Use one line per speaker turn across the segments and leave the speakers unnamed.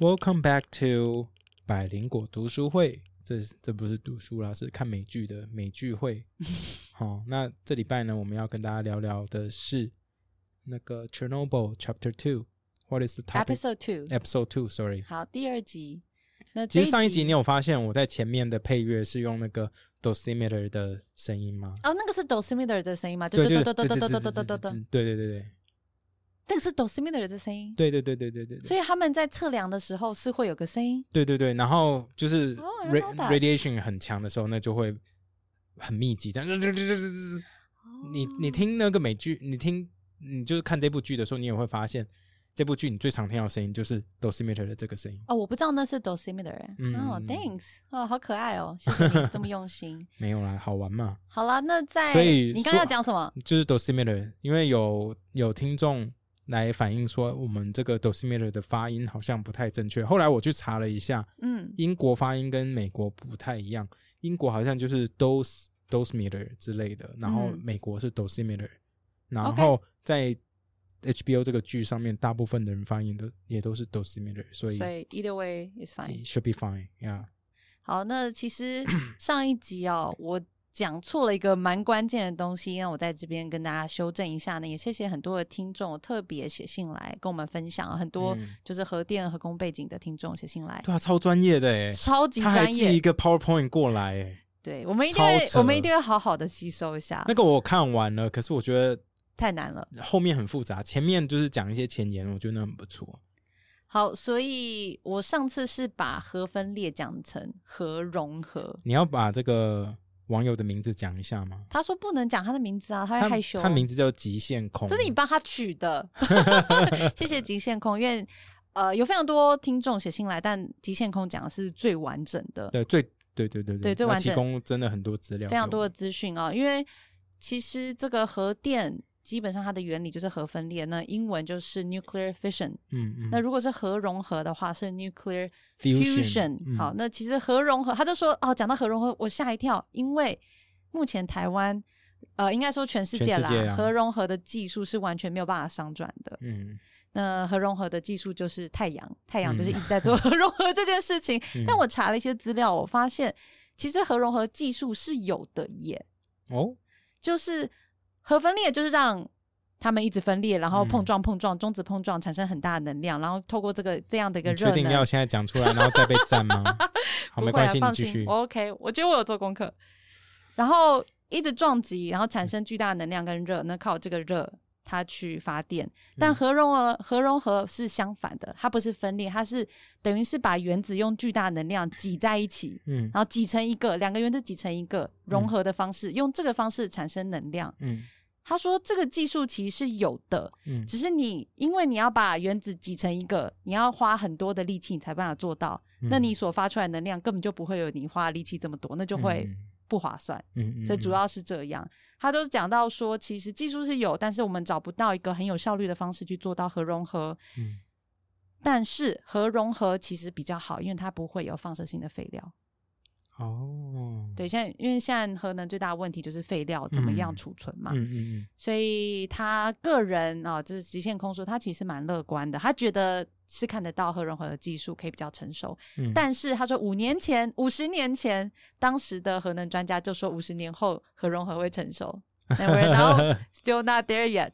Welcome back to 百灵果读书会。这这不是读书啦，是看美剧的美剧会。好，那这礼拜呢，我们要跟大家聊聊的是那个 Chernobyl Chapter Two。What is the topic?
Episode Two，
Episode Two. Sorry。
好，第二集。那
其
这
实上一
一
集你有发现我在前面的配乐是用那个 dosimeter 的声音吗？
哦，那个是 dosimeter 的声音吗？
对，
对
就是
对对对对对对对对对，
对对对对
那个是 dosimeter 的声音。
对对对对对对对。
所以他们在测量的时候是会有个声音。
对对对，然后就是
Oh, I
ra-
know that.
radiation 很强的时候，那就会很密集。但你你听那个美剧，你听你就是看这部剧的时候，你也会发现这部剧你最常听到的声音就是 dosimeter 的这个声音，
哦，我不知道那是 dosimeter 欸。
嗯
哦，thanks，哦，好可爱哦，谢谢你这么用心。
没有啦，好玩嘛，
好啦，那在
所以
你刚
说
刚要讲什么？
就是 dosimeter，因为有有听众。来反映说，我们这个 dosimeter 的发音好像不太正确。后来我去查了一下，
嗯，
英国发音跟美国不太一样，英国好像就是 dos dosimeter 之类的，然后
嗯
美国是 dosimeter，、然后在 HBO 这个剧上面，大部分的人发音都也都是 dosimeter，所以
所以 either way is fine。
it should be fine，yeah，
好，那其 实上一集哦，我讲错了一个蛮关键的东西，那我在这边跟大家修正一下呢。也谢谢很多的听众特别写信来跟我们分享，很多
嗯
就是核电核工背景的听众写信来，
对啊，超专业的哎，
超级
他还
专
寄一
业。
个 PowerPoint 过来哎，
对，我们一定会
超，扯
我们一定会好好的吸收一下
那。个我看完了，可是我觉得
太难了。
后面很复杂，前面就是讲一些前言，我觉得那很不错，
好，所以我上次是把核分裂讲成核融合。
你要把这个网友的名字讲一下吗？
他说不能讲他的名字啊，他
他
会害羞。
他名字叫极限空，
这是你帮他取 的，谢谢极限空，因为呃有非常多听众写信来，但极限空讲的是最完整的，
对，最对对对
对最
他
完
提
整
供真的很多资料，
非常多的。资讯啊。因为其实这个核电基本上它的原理就是核分裂，那英文就是 nuclear fission。
嗯嗯，
那如果是核融合的话，是 nuclear
Fusion，嗯
好，那其实核融合，他就说哦，讲到核融合，我吓一跳，因为目前台湾，呃，应该说全世界啦，
全世界啊
核融合的技术是完全没有办法商转的。
嗯，
那核融合的技术就是太阳，太阳
嗯
就是一直在做 核融合这件事情。
嗯
但我查了一些资料，我发现其实核融合技术是有的耶，
哦，
就是核分裂就是让他们一直分裂，
嗯
然后碰撞碰撞，中子碰撞产生很大的能量，然后透过这个这样的一个
你
热
确定要
能，
现在讲出来，然后再被赞 吗？好，没
不会
关
啊
系，，你
放
继续
心。我，OK，我觉得我有做功课，然后一直撞击，然后产生巨大的能量跟热，那靠这个热。它去发电，但
嗯
核融合核融合是相反的，它不是分裂，它是等于是把原子用巨大能量挤在一起，
嗯
然后挤成一个，两个原子挤成一个融合的方式，用这个方式产生能量。
嗯
他说这个技术其实是有的，
嗯
只是你因为你要把原子挤成一个，你要花很多的力气你才办法做到，
嗯
那你所发出来的能量根本就不会有你花的力气这么多，那就会
嗯
不划算。
嗯，嗯
所以
嗯
主要是这样。他都讲到说，其实技术是有，但是我们找不到一个很有效率的方式去做到核融合。
嗯
但是核融合其实比较好，因为它不会有放射性的废料。
哦，
对，现在因为现在核能最大的问题就是废料怎么样
嗯
储存嘛，
嗯嗯嗯，
所以他个人啊、就是极限空说他其实蛮乐观的，他觉得是看得到核融合的技术可以比较成熟，
嗯
但是他说五年前、五十年前，当时的核能专家就说五十年后核融合会 成熟。And we're now still not there yet.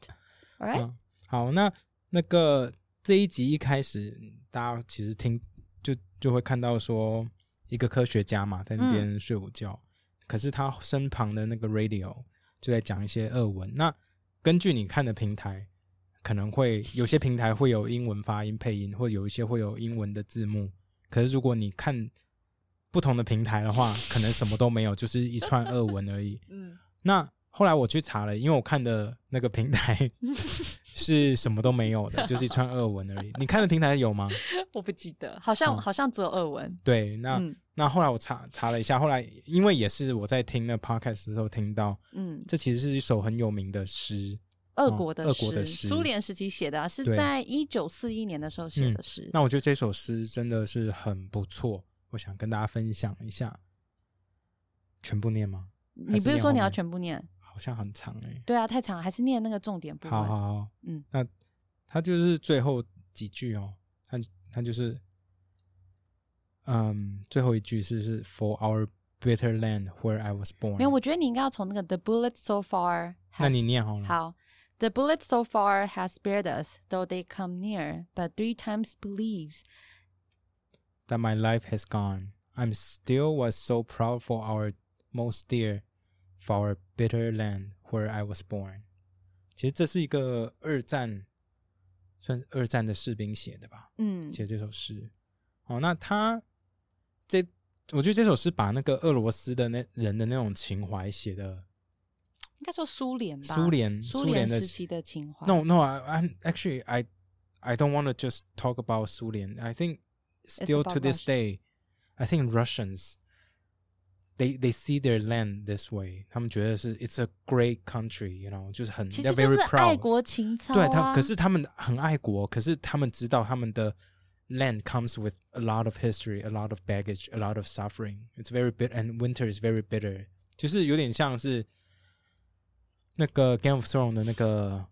All right，、
嗯好，那那个这一集一开始，大家其实听就就会看到说一个科学家嘛，在那边睡午觉，可是他身旁的那个 radio 就在讲一些俄文。那根据你看的平台，可能会有些平台会有英文发音配音，或有一些会有英文的字幕。可是如果你看不同的平台的话，可能什么都没有，就是一串俄文而已。
嗯，
那后来我去查了，因为我看的那个平台是什么都没有的，就是一串俄文而已。你看的平台有吗？
嗯我不记得，好像、
哦
好像只有俄文。
对，那、
嗯
那后来我查查了一下，后来因为也是我在听那 podcast 的时候听到，
嗯，
这其实是一首很有名的诗。
俄国的
嗯俄
诗，
国的诗
苏联时期写的、啊，是
对
在一九四一年的时候写
嗯
的诗。
那我觉得这首诗真的是很不错，我想跟大家分享一下。全部念吗？还
你
是
不是
念
说
后
你要
面
全部念？
好像很长哎、
对啊，太长，还是念那个重点部分。
好好好，
嗯，
那他就是最后几句哦，他他就是嗯，最后一句是是 For our better land where I was born。
没有，我觉得你应该要从那个 The bullet so far has
那你嗯念好了。
好，The bullet so far has spared us, though they come near, but three times believes.
that my life has gone. I'm still was so proud for our most dear, for our bitter land where I was born. 其实这是一个二战，算是二战的士兵写的吧。
嗯，
写这首诗。哦，那他这，我觉得这首诗把那个俄罗斯的那人的那种情怀写的
应该说苏联吧，
苏联，
苏
苏联的
时期的情怀。
No, no. I, I'm actually I, I don't want to just talk about Sulian. I think still to
about
this
Russia.
day, I think Russians they they see their land this way. 他们觉得是 it's a great country, you know, 就是很
其
they're
实就
very
是爱
proud.
国情操、啊。
对他，可是他们很爱国，可是他们知道他们的 land comes with a lot of history, a lot of baggage, a lot of suffering. It's very bit and winter is very bitter，就是有点像是那个 Game of Thrones 的那个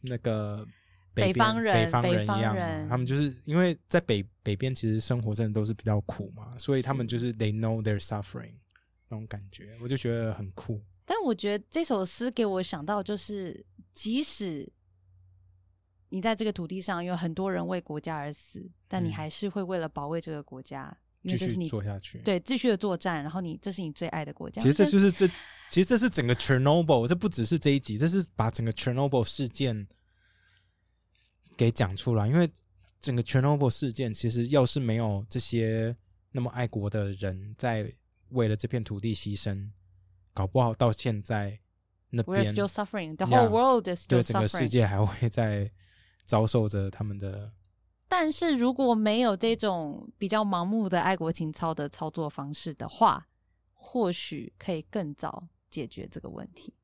那个
北
北边
方人
北方
北
人一
方
样啊
人，
他们就是因为在北北边其实生活真的都是比较苦嘛，所以他们就是 they know their suffering 那种感觉，我就觉得很酷。
但我觉得这首诗给我想到，就是即使你在这个土地上有很多人为国家而死，但你
嗯
还是会为了保卫这个国家，因
继
为这
续
是你
做下去，
对继续的作战，然后你这是你最爱的国家。
其实这
我觉得
就是这，其实这是整个 Chernobyl，这不只是这一集，这是把整个 Chernobyl 事件给讲出来。因为整个 Chernobyl 事件，其实要是没有这些那么爱国的人在为了这片土地牺牲，搞不好到现在那
We're
边
still suffering, the
Yeah，
whole world is
对
still
整个世
suffering。
界还会在遭受着他们的。
但是如果没有这种比较盲目的爱国情操的操作方式的话，或许可以更早解决这个问题。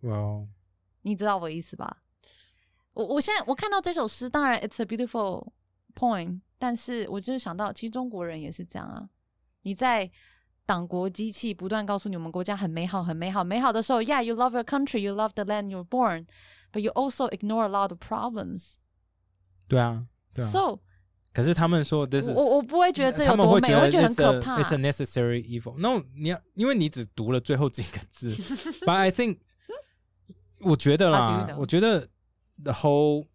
Well，
你知道我意思吧？我我现在我看到这首诗，当然 it's a beautiful poem，但是我就是想到，其实中国人也是这样啊。你在党国机器不断告诉你我们国家很美好、很美好、美好的时候，Yeah, you love your country, you love the land you're born, but you also ignore a lot of problems.
对啊，对啊。
So
可是他们说 this is
我我我不会觉得这有
他们
多
会
美，我会觉得很
it's a,
可怕。
it's a necessary evil。no，你要因为你只读了最后几个 字，but I think 我觉得
How
啦
do you know？
我觉得 the whole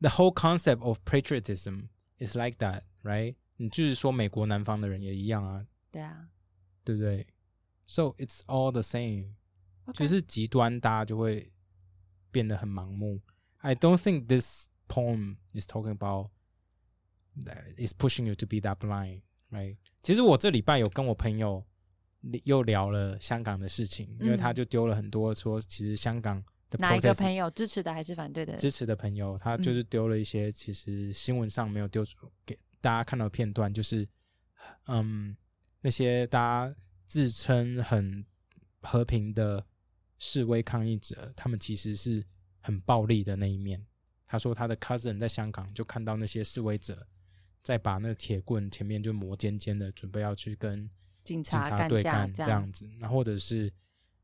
the whole concept of patriotism is like that, right？你就是说美国南方的人也一样啊，
对啊，
对不对？So it's all the same，、
OK
就是极端，大家就会变得很盲目。I don't think this poem is talking about that is pushing you to be that blind, right？其实我这礼拜有跟我朋友又聊了香港的事情，因为
嗯
他就丢了很多说，其实香港的
哪一个
protest
朋友支持的还是反对的？
支持的朋友，他就是丢了一些其实新闻上没有丢出给大家看到的片段，就是嗯，那些大家自称很和平的示威抗议者，他们其实是很暴力的那一面。他说他的 cousin 在香港就看到那些示威者在把那铁棍前面就磨尖尖的，准备要去跟警
警
察
干
对
架
干这样子，那或者是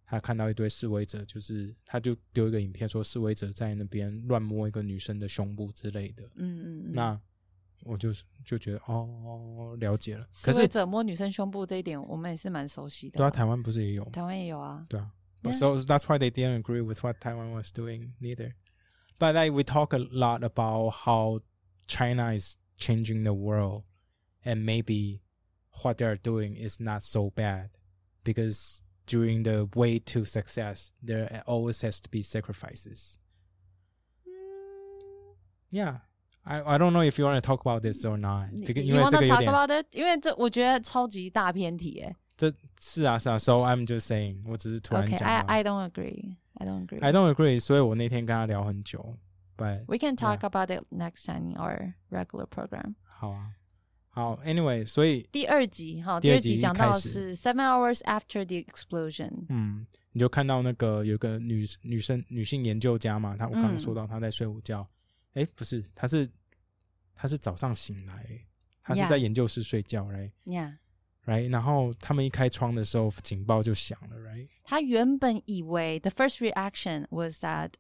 他看到一堆示威者，就是他就丢一个影片说示威者在那边乱摸一个女生的胸部之类的，
嗯嗯嗯。
那我就是就觉得哦了解了，可
示威
是
者摸女生胸部这一点，我们也是蛮熟悉的
对
嘛。
啊，台湾不是也有吗？
台湾也有啊。
对啊
Yeah.
，so that's why they didn't agree with what Taiwan was doing neither. But like we talk a lot about how China is changing the world, and maybe what they are doing is not so bad because during the way to success, there always has to be sacrifices.
Mm.
Yeah. I, I don't know if you want to talk about this or not.
你
because- 因
you
为
want
这
to
个有
talk
点
about it？因为这我觉得超级大偏题耶。
这是啊是啊，so I'm just saying，我只是突然讲
Okay,
到。
I I don't agree. I don't agree.
I don't agree，所以我那天跟他聊很久，but
We can talk
Yeah.
about it next time in our regular program.
好啊，好，Anyway，所以
第二集哈，
第
第
二
二
集已
集
经
讲到
开始
是 seven hours after the explosion。
嗯，你就看到那个有个女女生女性研究家嘛，她我刚刚
嗯
说到她在睡午觉，诶，不是，她是她是早上醒来，她是
Yeah
在研究室睡觉
Yeah，
，right，right，然后他们一开窗的时候，警报就响了，right，the
他原本以为 the first reaction was that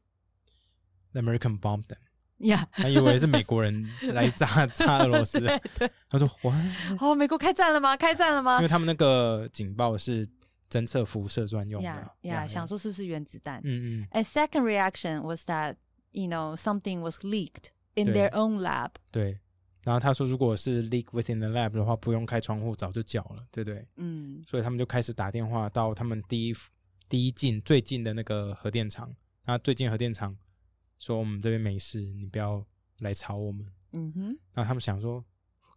American bombed them，
呀，
他以为是美国人来炸炸俄罗斯，
对对，
他说哇，
哦，美国开战了吗？开战了吗
因为？他们那个警报是侦测辐射专用的
呀呀，想说是不是原子弹？
嗯嗯，
A second reaction was that, you know, something was leaked in their own lab.
对。然后他说，如果是 leak within the lab 的话，不用开窗户，早就缴了，对不对？
嗯，
所以他们就开始打电话到他们第一第一近最近的那个核电厂，那最近核电厂说我们这边没事，你不要来吵我们。
嗯哼，
然后他们想说，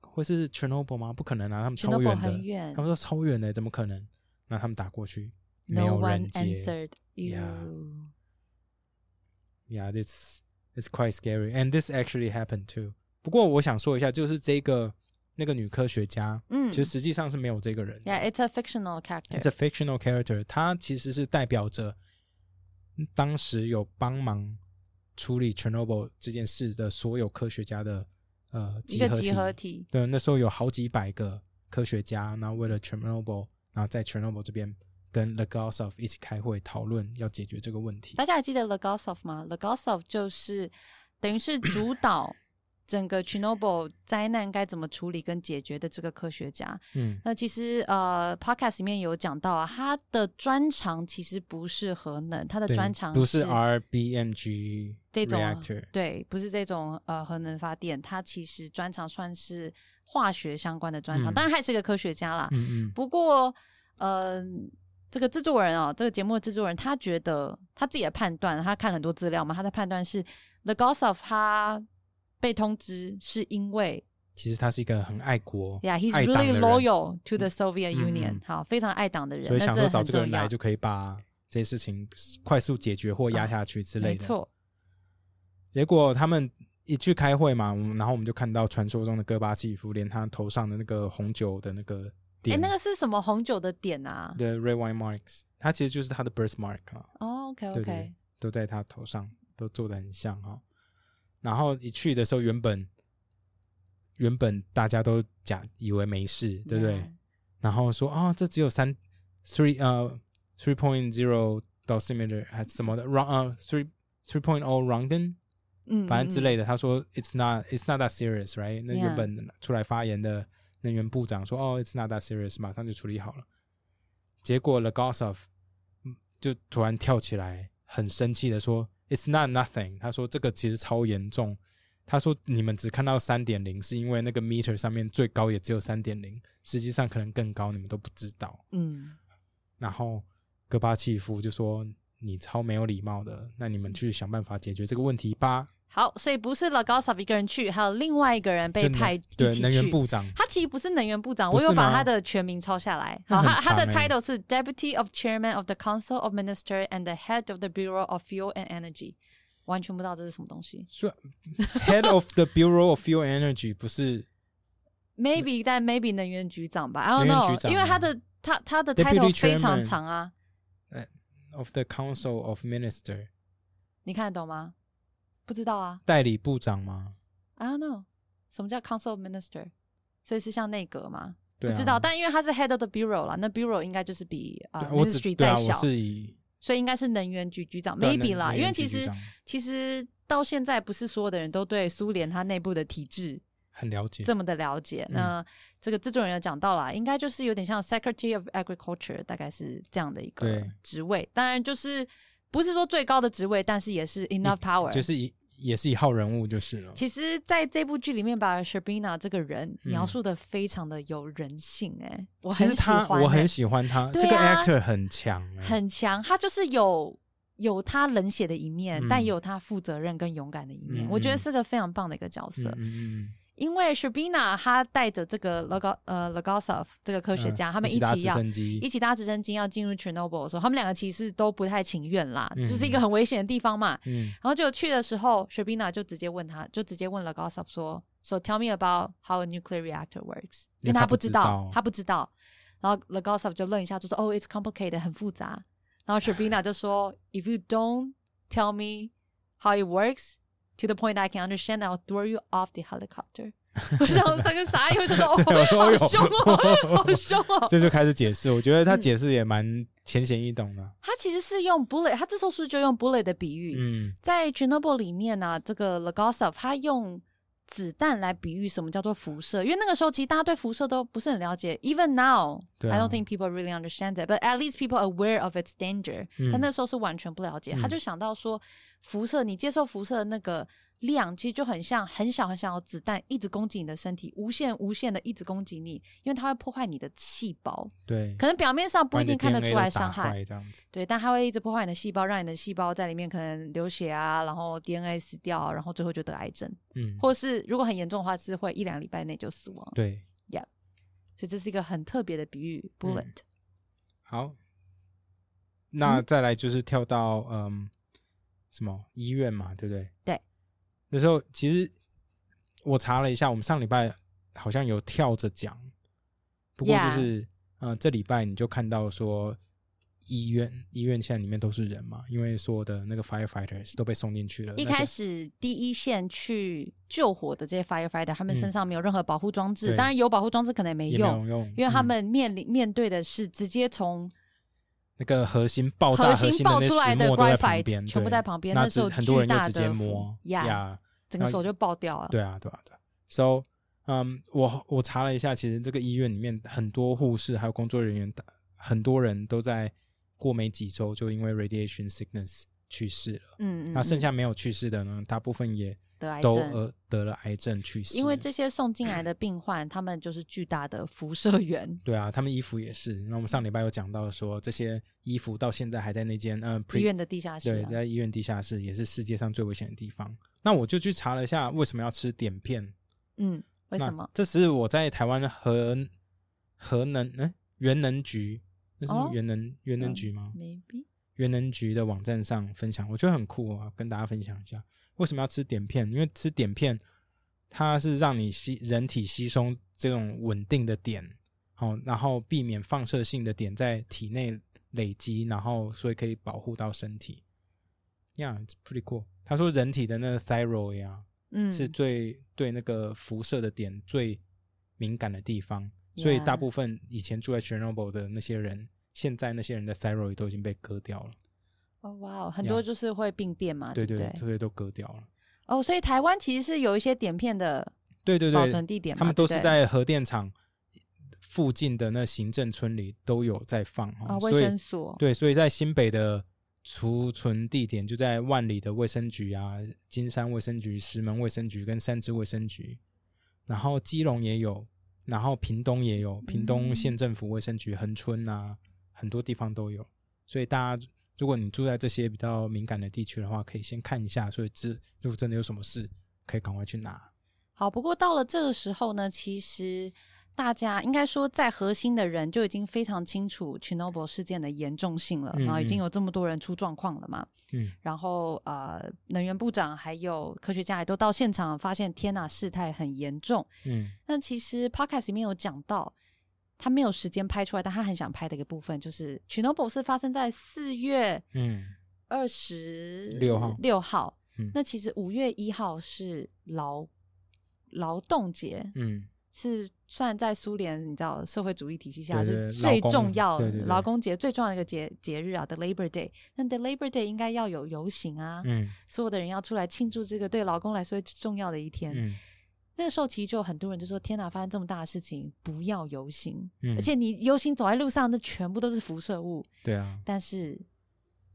会是 Chernobyl 吗？不可能啊，他们
全都
超远的，
很远
他。们说超远的，怎么可能？那他们打过去，没
No
有
one
人接。
answered you.
Yeah, it's it's quite scary, and this actually happened too. 不过我想说一下，就是这个那个女科学家，
嗯
其实实际上是没有这个人的。
Yeah, it's a fictional
It's a
character.
fictional character，它其实是代表着当时有帮忙处理 Chernobyl 这件事的所有科学家的呃
一
集
个
合
集
体。
合体。
对，那时候有好几百个科学家，然后为了 Chernobyl，然后在 Chernobyl 这边跟 Legosov 一起开会讨论要解决这个问题。
大家还记得 Legosov 吗？Legosov 就是等于是主 导整个 Chernobyl 灾难该怎么处理跟解决的这个科学家。
嗯
那其实呃，podcast 里面有讲到啊，他的专长其实不是核能，他的
对
专长
不是 RBMG
这种啊
reactor，
对，不是这种呃核能发电，他其实专长算是化学相关的专长，
嗯
当然还是个科学家啦。
嗯嗯，
不过呃，这个制作人啊、这个节目的制作人，他觉得他自己的判断，他看很多资料嘛，他的判断是 The g o s o f 他被通知是因为
其实他是一个很爱国、
Yeah, he's
爱党的
really
人
loyal to the Soviet
嗯
Union、
嗯
好，非常爱党的人，
所以
那
想
这
说找
很
这个
重
人来
要。啊
就可以把这些事情快速解决或压下去之类
没
的。
错，
结果他们一去开会嘛，我们然后我们就看到传说中的戈巴契夫，连他头上的那个红酒的那个
哎，
点，
那个是什么红酒的点啊？
的 red wine marks，它其实就是他的 birthmark 啊，
哦，OK
对
OK，
对，都在他头上，都做的很像哈、然后一去的时候，原本原本大家都假以为没事，对不对？然后说啊、这只有三 three 呃 three point zero dosimeter 还是什么的 wrong 呃 three three point oh o Rangen，
嗯，
反正之
的。
类的。他说 it's not it's not that serious right？那
Yeah
原本出来发言的能源部长说哦 it's not that serious，马上就处理好了。结果 Legosov 嗯就突然跳起来，很生气的说 it's not nothing。他说这个其实超严重。他说：“你们只看到三点零，是因为那个 meter 上面最高也只有三点零，实际上可能更高，你们都不知道。”
嗯
然后戈巴契夫就说：“你超没有礼貌的，那你们去想办法解决这个问题吧。
好，所以不是 l o g o s o v 一个人去，还有另外一个人”被
真的
派一
对
起
能源
去。
部长，
他其实不是能源部长，
不
我
是
有把
吗
他的全名抄下来。
那
好，
很
他他的
长欸
title 是 Deputy of Chairman of the Council of Minister and the Head of the Bureau of Fuel and Energy，完全不知道这是什么东西。
说 Head of the Bureau of Fuel and Energy 不是
Maybe 但 maybe 能源局长吧，I don't
能源局
know，
长
因为
啊
他的他他的
Deputy
title 非
Chairman
常长啊，
of the Council of Minister
你看得懂吗？不知道啊
代理部长吗？
，I don't know，什么叫 Council of Minister？所以是像内阁吗？
对、啊，
不知道，但因为他是 head of the bureau 啦，那 bureau 应该就是比啊、
对
uh,
我只对
ministry 再
啊，我
小，
是以
所以应该是能源局局长
对啊
maybe 啦，
能
因为
源局
其
局
实
长
其实到现在不是所有的人都对苏联它内部的体制
很了解，
这么的了解。
嗯
那这个制作人有讲到啦，应该就是有点像 Secretary of Agriculture，大概是这样的一个
对
职位。当然就是不是说最高的职位，但是也是 enough power。
就是以也是一号人物就是了。
其实，在这部剧里面，把 Shabina 这个人
嗯
描述的非常的有人性、欸，哎，我
其
很
实
喜
他
欢、欸，
我很喜欢他，
对
这个
啊
actor 很强、欸，
很强，他就是有有他冷血的一面，
嗯
但也有他负责任跟勇敢的一面。
嗯
我觉得
嗯
是个非常棒的一个角色，
嗯嗯嗯，
因为 Shabina 他带着这个 Log 呃 Logosov 这个
科
科学家，他们
嗯一
一
搭
起
直
要。
升机，
一起搭直升机要进入 Chernobyl 的时候，他们两个其实都不太情愿啦，
嗯
就是一个很危险的地方嘛。
嗯
然后就去的时候，Shabina 就直接问他，就直接问 Logosov 说，So tell me about how a nuclear reactor works，因
因为
为
他
他
不
不知
知
道
道，
他不知道。然后 Logosov 就愣一下，就说，Oh, it's complicated，很复杂。然后 Shabina 就说，If you don't tell me how it works to the point that I can understand, I'll throw you off the helicopter。 我想我整个傻眼，我 觉得哦，
我说哎
好
呦
凶哦，好凶哦。 嗯
这就开始解释，我觉得他解释也蛮浅显易懂的。
他其实是用 bullet，他这首诗就用 bullet 的比喻，
嗯
在 Chernobyl 里面呢、这个 Logosov 他用子弹来比喻什么叫做辐射，因为那个时候其实大家对辐射都不是很了解。Even now,
对啊
I don't think people really understand it, but at least people are aware of its danger、
嗯
但那时候是完全不了解，
嗯
他就想到说，辐射你接受辐射的那个量，其实就很像很小很小的子弹一直攻击你的身体，无限无限的一直攻击你，因为它会破坏你的细胞，
对，
可能表面上不一定看得出来伤
把
害
你，的 DNA 都打坏这样子。
对，但它会一直破坏你的细胞，让你的细胞在里面可能流血啊，然后 DNA 死掉，啊然后最后就得癌症，
嗯，
或是如果很严重的话，是会一两礼拜内就死亡。
对，
所以这是一个很特别的比喻
嗯
，bullet。
好。
嗯
那再来就是跳到嗯什么医院嘛，对不对？
对。
那时候其实我查了一下，我们上礼拜好像有跳着讲，不过就
Yeah
是呃这礼拜你就看到说医院医院现在里面都是人嘛，因为所有的那个 firefighters 都被送进去了。
一
那些
开始第一线去救火的这些 firefighter，他
嗯
们身上没有任何保护装置，
对
当然有保护装置可能也没
也没
用，
有用，
因为他
嗯
们面临、面对的是直接从
那个核心爆炸
核
核
心
心
爆
那
出来
石
的
墨都在
graphite，
旁边，
全部
对
在旁边
那
那时
只
候
很多
巨
人就
大
直接
的幅
摸
呀
呀，
整个
然后
手就爆掉了。
对啊，对啊，对啊。So，嗯，我我查了一下，其实这个医院里面很多护士还有工作人员，大很多人都在过没几周就因为 radiation sickness 去世了。
嗯嗯，
那剩
嗯
下没有去世的呢，大部分也
得癌
都
症。
呃得了癌症去世。
因为这些送进来的病患，他们就是巨大的辐射源。
对啊，他们衣服也是。那我们上礼拜有讲到说，这些衣服到现在还在那间嗯、
医
pre
院的地下室、
对，
啊，
在医院地下室也是世界上最危险的地方。那我就去查了一下，为什么要吃碘片？
嗯，为
那
什么？
这是我在台湾核核能嗯、原能局，那是
哦
原能、原能
嗯
局吗？
？Maybe
原能局的网站上分享，我觉得很酷啊，跟大家分享一下为什么要吃碘片？因为吃碘片，它是让你吸人体吸收这种稳定的碘，好、然后避免放射性的碘在体内累积，然后所以可以保护到身体。Yeah, it's pretty cool。他说人体的那个 thyroid 啊，
嗯，
是最对那个辐射的点最敏感的地方，所以大
Yeah
部分以前住在 Chernobyl 的那些人，现在那些人的 thyroid 都已经被割掉了，
哦哇哦，很多就是会病变嘛，
对
啊对
对
不
对，所以都割掉了，
哦，所以台湾其实是有一些碘片的
对对
保
对
存，地点嘛，
他们都
对
是
不对
在核电厂附近的那行政村里都有在放
啊
哦，
卫
所以
生所，
对，所以在新北的储存地点就在万里的卫生局啊、金山卫生局、石门卫生局跟三支卫生局，然后基隆也有，然后屏东也有，屏东县政府卫生局、恒春啊，很多地方都有。所以大家，如果你住在这些比较敏感的地区的话，可以先看一下，所以知如果真的有什么事，可以赶快去拿。
好，不过到了这个时候呢，其实大家应该说，在核心的人就已经非常清楚 Chernobyl 事件的严重性了，啊
嗯
然后已经
嗯
有这么多人出状况了嘛。
嗯。
然后呃，能源部长还有科学家也都到现场，发现天呐，事态很严重。
嗯，
那其实 podcast 里面有讲到，他没有时间拍出来，但他很想拍的一个部分，就是 Chernobyl 是发生在四月
嗯，
二十
6号
六号
嗯。
那其实五月一号是劳劳动节，
嗯，
是算在苏联，你知道社会主义体系下
对
是
对
最
劳工
重要
对对对
劳工节最重要的一个节节日啊，The Labor Day。那 The Labor Day 应该要有游行啊，
嗯，
所有的人要出来庆祝这个对劳工来说最重要的一天。
嗯，
那个时候其实就有很多人就说：“天哪，发生这么大的事情，不要游行！
嗯，
而且你游行走在路上，那全部都是辐射物。
对啊”，
但是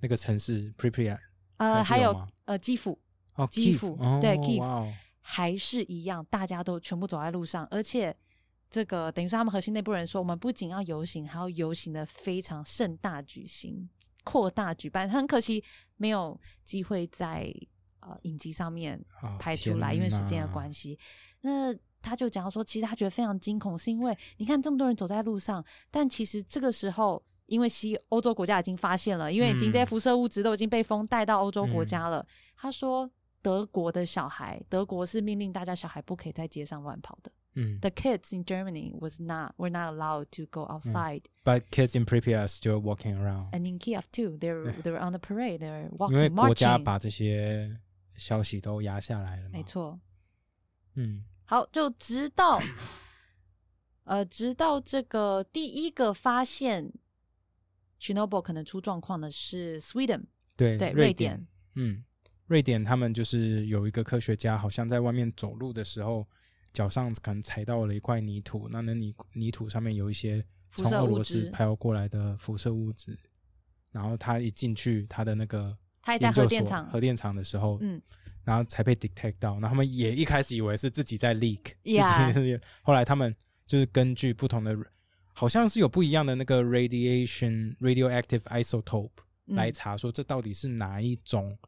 那个城市 Pripyat，
呃，还
还是有
有
吗
呃，基辅
哦，
基
Kiev，
辅
哦
对，Kiev
哇哦
还是一样，大家都全部走在路上，而且这个等于说他们核心内部人说，我们不仅要游行，还要游行的非常盛大举行，扩大举办。很可惜没有机会在呃影集上面
啊
拍出来，因为时间的关
系。
系。那他就讲到说，其实他觉得非常惊恐，是因为你看这么多人走在路上，但其实这个时候。因为西欧洲国家已经发现了，因为已经这些
嗯
辐射物质都已经被风带到欧洲国
嗯
家了。他说，德国的小孩，德国是命令大家小孩不可以在街上乱跑的。
嗯
The kids in Germany was not were not allowed to go outside,、
，But kids in Pripyat are still walking around，
and in Kiev too, they were they were on the parade, they were
因为
walking,
国家
marching.
把这些消息都压下来了嘛。
没，错，
嗯，
好，就直到呃，直到这个第一个发现 Chernobyl 可能出状况的是 Sweden，
对
对，
瑞
瑞典，
嗯，瑞典他们就是有一个科学家，好像在外面走路的时候，脚上可能踩到了一块泥土，那那泥泥土上面有一些
辐
从
射
俄
物
罗斯
质，
飘过来的辐射物质，然后他一进去他的那个
他哎也在
研究
核
所
电厂，
核电厂的时候，
嗯，
然后才被 detect 到，然后他们也一开始以为是自己在 leak，
Yeah
自己后来他们就是根据不同的，好像是有不一样的那个 radiation radioactive isotope。
嗯
来查说这到底是哪一种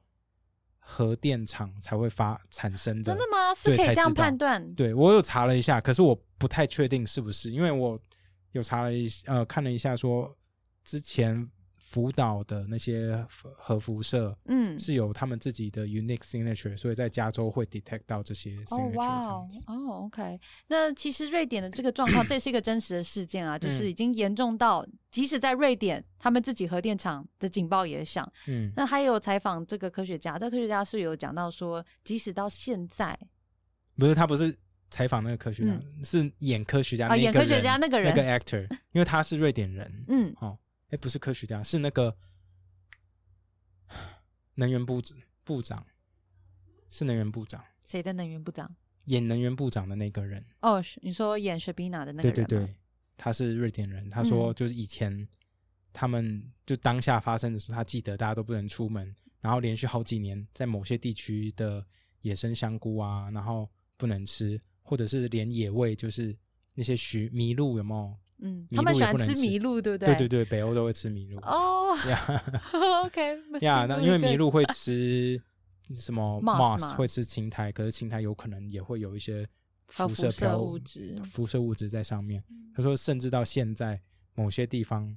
核电厂才会发产生
真
的
的吗？是
对
可以
才
这样
知道
判断？
对我有查了一下，可是我不太确定是不是，因为我有查了一呃看了一下说之前福岛的那些核核辐射
嗯，
是有他们自己的 unique signature，所以在加州会 detect 到这些
哦，哇
signature 这
哦
样子。，
哦，OK。那其实瑞典的这个状 况，这是一个真实的事件啊，
嗯
就是已经严重到，即使在瑞典，他们自己核电厂的警报也响。
嗯
那还有采访这个科学家，这科学家是有讲到说，即使到现在
不是他不是采访那个科学家，是演科学家那
啊、嗯演
个
科学
人
家那个
那
人，
个 actor，因为他是瑞典人，
嗯，
哦，哎，不是科学家，是那个 能源部长部长，是能源部长
谁的能源部长？
演能源部长的那个人，
哦，是你说演 Shabina 的那个
对
人
对
吗，嗯
对，他是瑞典人。他说就是以前他们就当下发生的时候，他记得大家都不能出门，然后连续好几年在某些地区的野生香菇啊，然后不能吃，或者是连野味，就是那些麋麋鹿有没有？
嗯，
麋
他们
鹿
喜
也
欢
不能
吃
吃
麋鹿，对不对？
对对对，北欧都会吃麋 鹿。
哦
呀
，OK，
呀，那因为麋
鹿
鹿会吃什么
Moss 嘛
moss，会吃青苔，可是青苔有可能也会有一些
和
辐
辐射
飘
物质，嗯
辐射物质在上面。他说，甚至到现在某些地方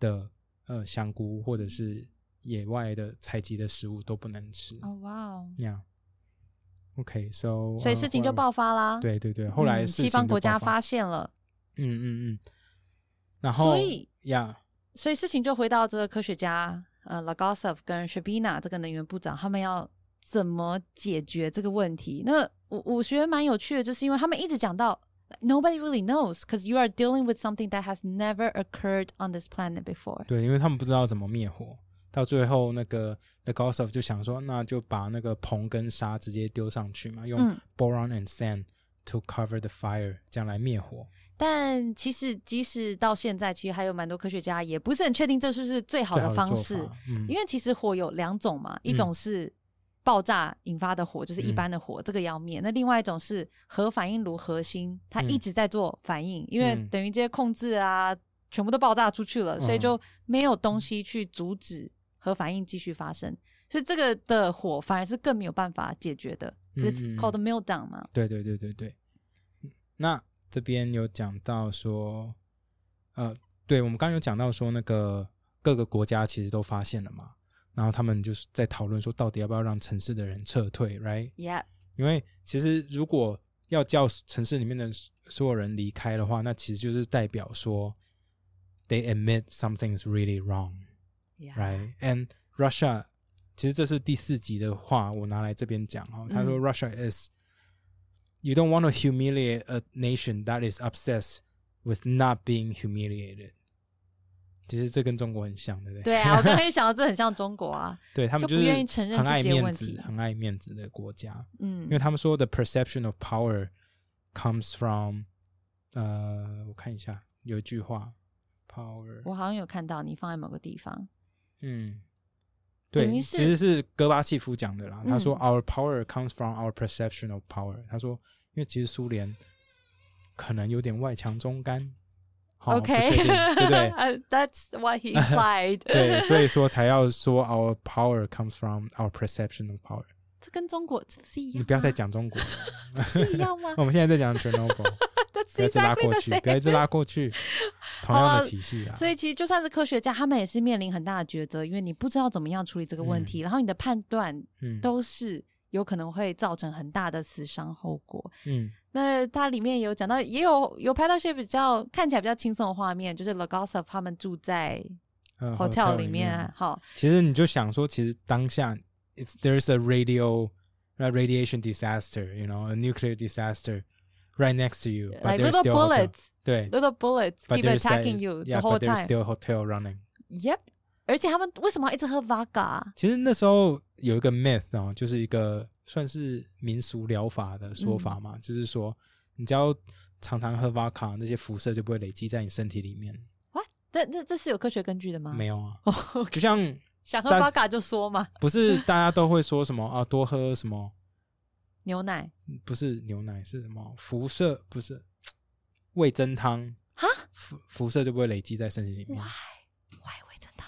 的呃香菇或
嗯
者是野外的采集的食物都不能吃。
哦哇哦，
呀、yeah.，OK，so，、呃、
所以事情就
后来
爆发啦。
对对对，后来
嗯
事情
西方
就
国家
爆
发，现了，
嗯嗯嗯，然后
所以
呀
所以事情就回到这个科学家呃 Lagosov 跟 Shabina 这个能源部长，他们要怎么解决这个问题？那我我觉得蛮有趣的，就是因为他们一直讲到 Nobody really knows because you are dealing with something that has never occurred on this planet before。
对，因为他们不知道怎么灭火，到最后那个 The g o s o f 就想说，那就把那个硼跟沙直接丢上去嘛，用
嗯
boron and sand to cover the fire，这样来灭火。
但其实即使到现在，其实还有蛮多科学家也不是很确定这是不是最好
最
的
好
方
做
式，
法，嗯，
因为其实火有两种嘛，一种是爆炸引发的火，就是
嗯
一般的火，这个要灭；那另外一种是核反应炉核心，它
嗯
一直在做反应，因为
嗯
等于这些控制啊，全部都爆炸出去了，所以
嗯
就没有东西去阻止核反应继续发生，所以这个的火反而是更没有办法解决的。
嗯
It's
嗯
called meltdown 嘛，
对对对对对。那这边有讲到说，呃，对我们刚刚有讲到说，那个各个国家其实都发现了嘛，然后他们就是在讨论说，到底要不要让城市的人撤退，right？
，Yeah，
因为其实如果要叫城市里面的所有人离开的话，那其实就是代表说，they admit something is really wrong，right？And
yeah,
Russia，其实这是第四集的话，我拿来这边讲哦。他说
嗯
，Russia is you don't want to humiliate a nation that is obsessed with not being humiliated。其实这跟中国很像，对不对？
对 啊，我刚才想到这很像中国啊，
对他们
就不
是
愿意承认
很
自
爱
己的
面
问
子
题、
很爱面子的国家。
嗯
因为他们说 the perception of power comes from，呃，我看一下，有一句话，power，
我好像有看到你放在某个地方，
嗯，
等于
对，
是
其实是戈巴契夫讲的啦。
嗯
他说 our power comes from our perception of power。他说，因为其实苏联可能有点外强中干，好
OK，
哦不确定对不对？
Uh, That's what he implied 。
对，所以说才要说 our power comes from our perception of power。
这跟中国这不是一样吗？
你不要再讲中国了，
这不 是一啊样 吗
我们现在在讲 Chernobyl。
？That's
不要一直拉
exactly
过
the
去，不要一
same。
直拉过 去，同样
好啊
的体系啊。
所以其实就算是科学家，他们也是面临很大的抉择，因为你不知道怎么样处理这个问题，然后你的判断
嗯
都是有可能会造成很大的死伤后果。
嗯
那它里面有讲到，也有有拍到一些比较看起来比较轻松的画面，就是 Lagosov 他们住在
呃
hotel 里
面
面，，啊好，
其实你就想说，其实当下，it's there's a radio a radiation disaster，you know a nuclear disaster right next to you, but
like
there's
little
still hotel.
bullets,
对
little bullets
，but
keep
there's
attacking you
yeah,
the whole
but there's
time.
still hotel running。
Yep，而且他们为什么要一直喝 vodka？
其实那时候有一个 myth 哦，就是一个算是民俗疗法的说法
嗯
嘛，就是说你只要常常喝 vodka，那些辐射就不会累积在你身体里面。
这这这是有科学根据的吗？哦
没有啊，就像
想喝
但
vodka 就说嘛，
不是大家都会说什么啊，多喝什么，
牛奶
不是牛奶是什么辐射，不是味增汤
哈，
辐辐射就不会累积在身体里面。
外味噌 汤，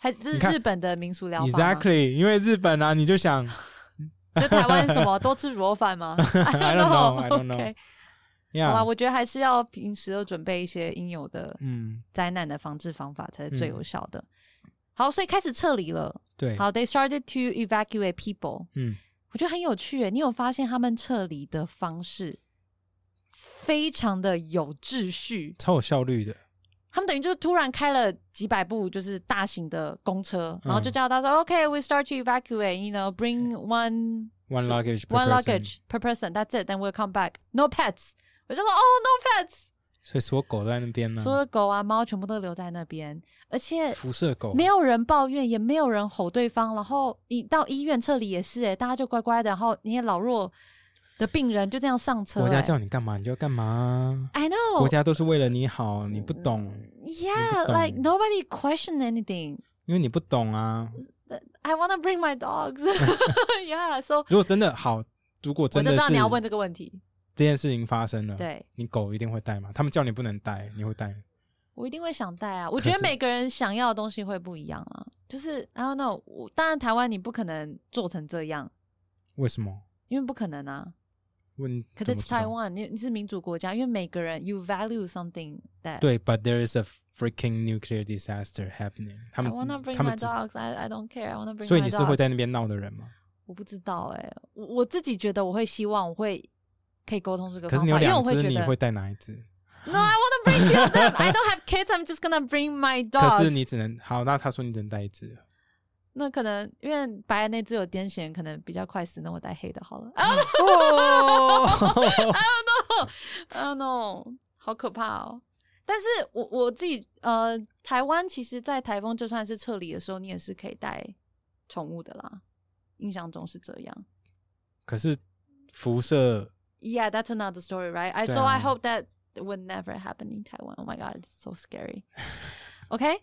还是这
你
是
看
日本的民俗疗法吗？
Exactly，因为日本啊，你就想
在台湾什么多吃卤肉饭吗？I
don't know, I don't know.
OK，好啦，
呀，
我觉得还是要平时要准备一些应有的
嗯，
灾难的防治方法才是最有效的。好，所以开始撤离了。
对，
好，They started to evacuate people。
嗯，
我觉得很有趣耶，你有发现他们撤离的方式非常的有秩序，
超有效率的，
他们等于就是突然开了几百部就是大型的公车，然后就
嗯
叫他说、OK，we start to evacuate，you know，bring one
One
So-
luggage, per person
one luggage per person. That's it. Then we'll come back. No pets. 我就说哦，no pets，、
所以所有狗都在那边呢，
所有狗啊猫全部都留在那边，而且
辐射狗
没有人抱怨，也没有人吼对方。然后你到医院撤离也是、欸，大家就乖乖的，然后那些老弱的病人就这样上车、
国家
欸。
叫你干嘛你就要干嘛啊，
I
国
know.
家都是为了你好，你不
嗯
懂，
Yeah,
懂
like nobody question anything.
因为你不懂啊。
I want to bring my dogs. yeah, so
如果真的好，如果
我
真
就
的
知道
是嗯
你要问这个问题。
这件事情发生了，
对
你狗一定会带吗？他们叫你不能带，你会带吗？
我一定会想带啊！我
可
觉得
是
每个人想要的东西会不一样啊。就是 I don't know，我当然台湾你不可能做成这样，
为什么？
因为不可能啊。
问
可是
怎么
it's
知道
Taiwan，你你是民主国家，因为每个人 you value something that。
对，But there is a freaking nuclear disaster happening。他
I
们
wanna bring
他
my
们只
dogs. I I don't care. I wanna bring my dogs.
所以你是会在那边闹的人吗？
我不知道哎、我我自己觉得我会希望我会可以沟通这个
可
方
是
法，
你有
因为我
两
会
只，
觉
你
得
会带哪一只？
No, I wanna bring you them. I don't have kids. I'm just gonna bring my
可
dogs.
是你只能好，那他说你只能带一 只，
那可能因为白的那只有癫痫，可能比较快死，那我带黑的 好了。 啊、
哦
I don't know，好可怕哦！但是我我自己呃，台湾其实，在台风就算是撤离的时候，你也是可以带宠物的啦。印象中是这样。
可是辐射
Yeah, that's another story, right? I
对
so
啊
I hope that would never happen in Taiwan. Oh my god, it's so scary. OK，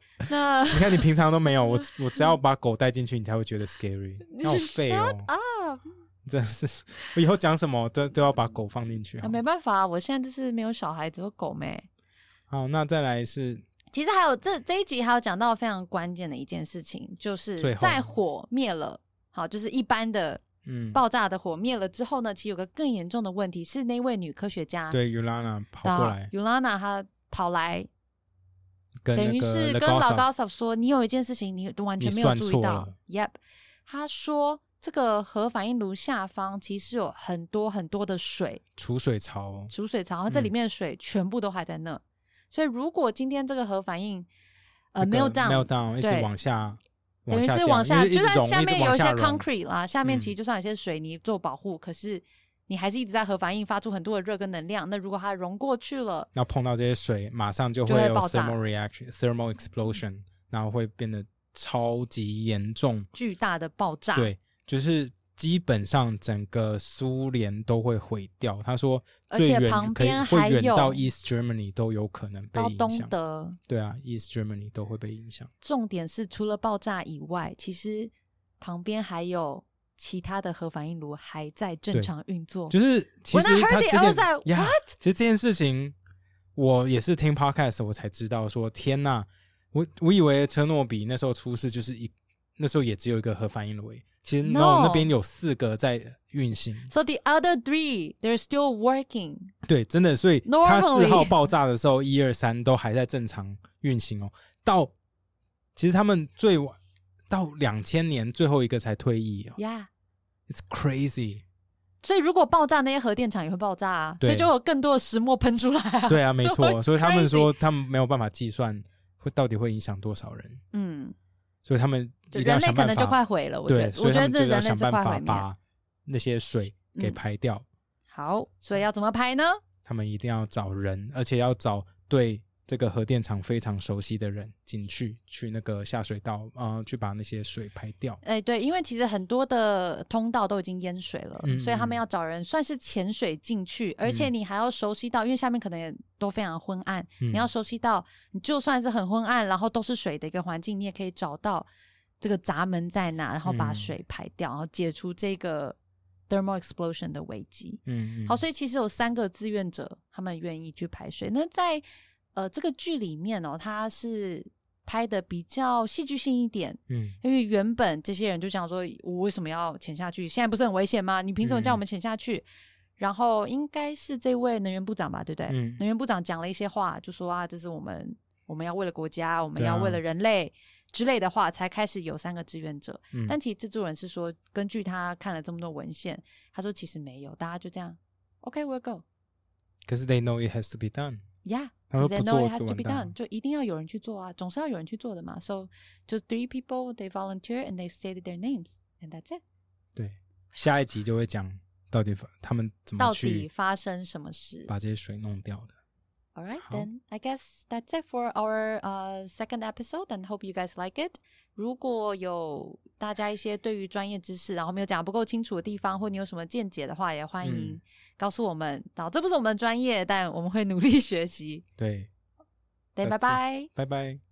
那
你看你平常都没有，我我只要把狗带进去，你才会觉得 scary，那我废
Shut
哦，
up！
真的是，我以后讲什么都都要把狗放进去。好
啊没办法、我现在就是没有小孩，只有狗妹。
好，那再来是
其实还有这这一集还有讲到非常关键的一件事情，就是
最后
在火灭了，好，就是一般的
嗯，
爆炸的火灭了之后呢，其实有个更严重的问题是那位女科学家
对 Ulana 跑过来
u l a n a 她跑来，
跟
啊等
那
于
个
是
l
跟
e
老
g
高 s 说，你有一件事情你完全没有
你算
注意
错
到
了
，Yep，她说这个核反应炉下方其实有很多很多的水，
储水槽，
储水槽，然后这里
嗯
面的水全部都还在那。所以如果今天这个核反应呃
那
没有
个
这样，
meltdown 一直
对
往下，
等于
下
是
掉
往下，
因为一
就
直
算
融
下
一直
面有
往
一些
下融
concrete 啦，下面
嗯
其实就算有些水泥做保护，可是你还是一直在核反应发出很多的热跟能量。那如果它融过去了，
然后碰到这些水，马上就
就
会
会
有
爆炸
thermal reaction、thermal explosion，然后会变得超级严重。
巨大的爆炸，
对，就是基本上整个苏联都会毁掉。他说，
而
最
且
远
旁
可以
边
会
还
远
有
到 East Germany 都有可能被
到
影
东
响。
德。
对啊，East Germany 都会被影响。
重点是除了爆炸以外，其实旁边还有其他的核反应炉还在正
对
常运作。
就是其
When
实
I
他
heard
这
it, I was
件
like,
Yeah，
what?
其实这件事情，我也是听 podcast 我才知道说，天呐，我我以为车诺比那时候出事就是一，那时候也只有一个核反应炉而已，其实
No
那边有四个在运行，
So the other three, they're still working.
对，真的，所以它
Normally
四号爆炸的时候，一二三都还在正常运行哦。到其实他们最晚到两千年最后一个才退役哦
Yeah，
，It's crazy。
所以如果爆炸，那些核电厂也会爆炸啊，
对
所以就有更多的石墨喷出来啊。
对啊，没错，
It's
所以他们
crazy
说他们没有办法计算会到底会影响多少人，
嗯，
所以他们
就
一定要
人类
想
可
办
能
法。
就快毁了。我觉
对，
得，
所
我
以
觉
他们就
得这
是要
人类
想
是
办
快
法
毁灭。
把那些水给
嗯
排掉。
好，所以要怎么排呢
他们一定要找人，而且要找对这个核电厂非常熟悉的人进去，去那个下水道啊、呃去把那些水排掉。
哎、对，因为其实很多的通道都已经淹水了，
嗯
所以他们
嗯
要找人算是潜水进去，而且
嗯
你还要熟悉到，因为下面可能也都非常昏暗，
嗯、
你要熟悉到，你就算是很昏暗，然后都是水的一个环境，你也可以找到这个闸门在哪，然后把
嗯
水排掉，然后解除这个 thermal explosion 的危机。
嗯，嗯
好，所以其实有三个志愿者，他们愿意去排水。那在呃这个剧里面哦，它是拍的比较戏剧性一点，
嗯
因为原本这些人就想说，我为什么要潜下去？现在不是很危险吗？你凭什么
嗯
叫我们潜下去？然后应该是这位能源部长吧，对不对？
嗯
能源部长讲了一些话，就说啊，这是我们我们要为了国家，我们
对啊
要为了人类之类的话，才开始有三个志愿者。
嗯，
但其实制作人是说，根据他看了这么多文献，他说其实没有，大家就这样，OK，we'll、go。
可是 they know it has to be done。
Yeah,
他说
because they
不
know
做
it has
就
to
完
be
蛋
done，就一定要有人去做啊，总是要有人去做的嘛。So, just three people they volunteer and they stated their names and that's it.
对，下一集就会讲到底发他们怎么
到底
去
发生什么事
把这些水弄掉的。
？All right,
好
then I guess that's it for our uh second episode and hope you guys like it. 如果有大家一些对于专业知识，然后没有讲不够清楚的地方，或你有什么见解的话，也欢迎
嗯
告诉我们。好，这不是我们的专业，但我们会努力学习。
对，
对，
That's
拜
it 拜
拜。
拜。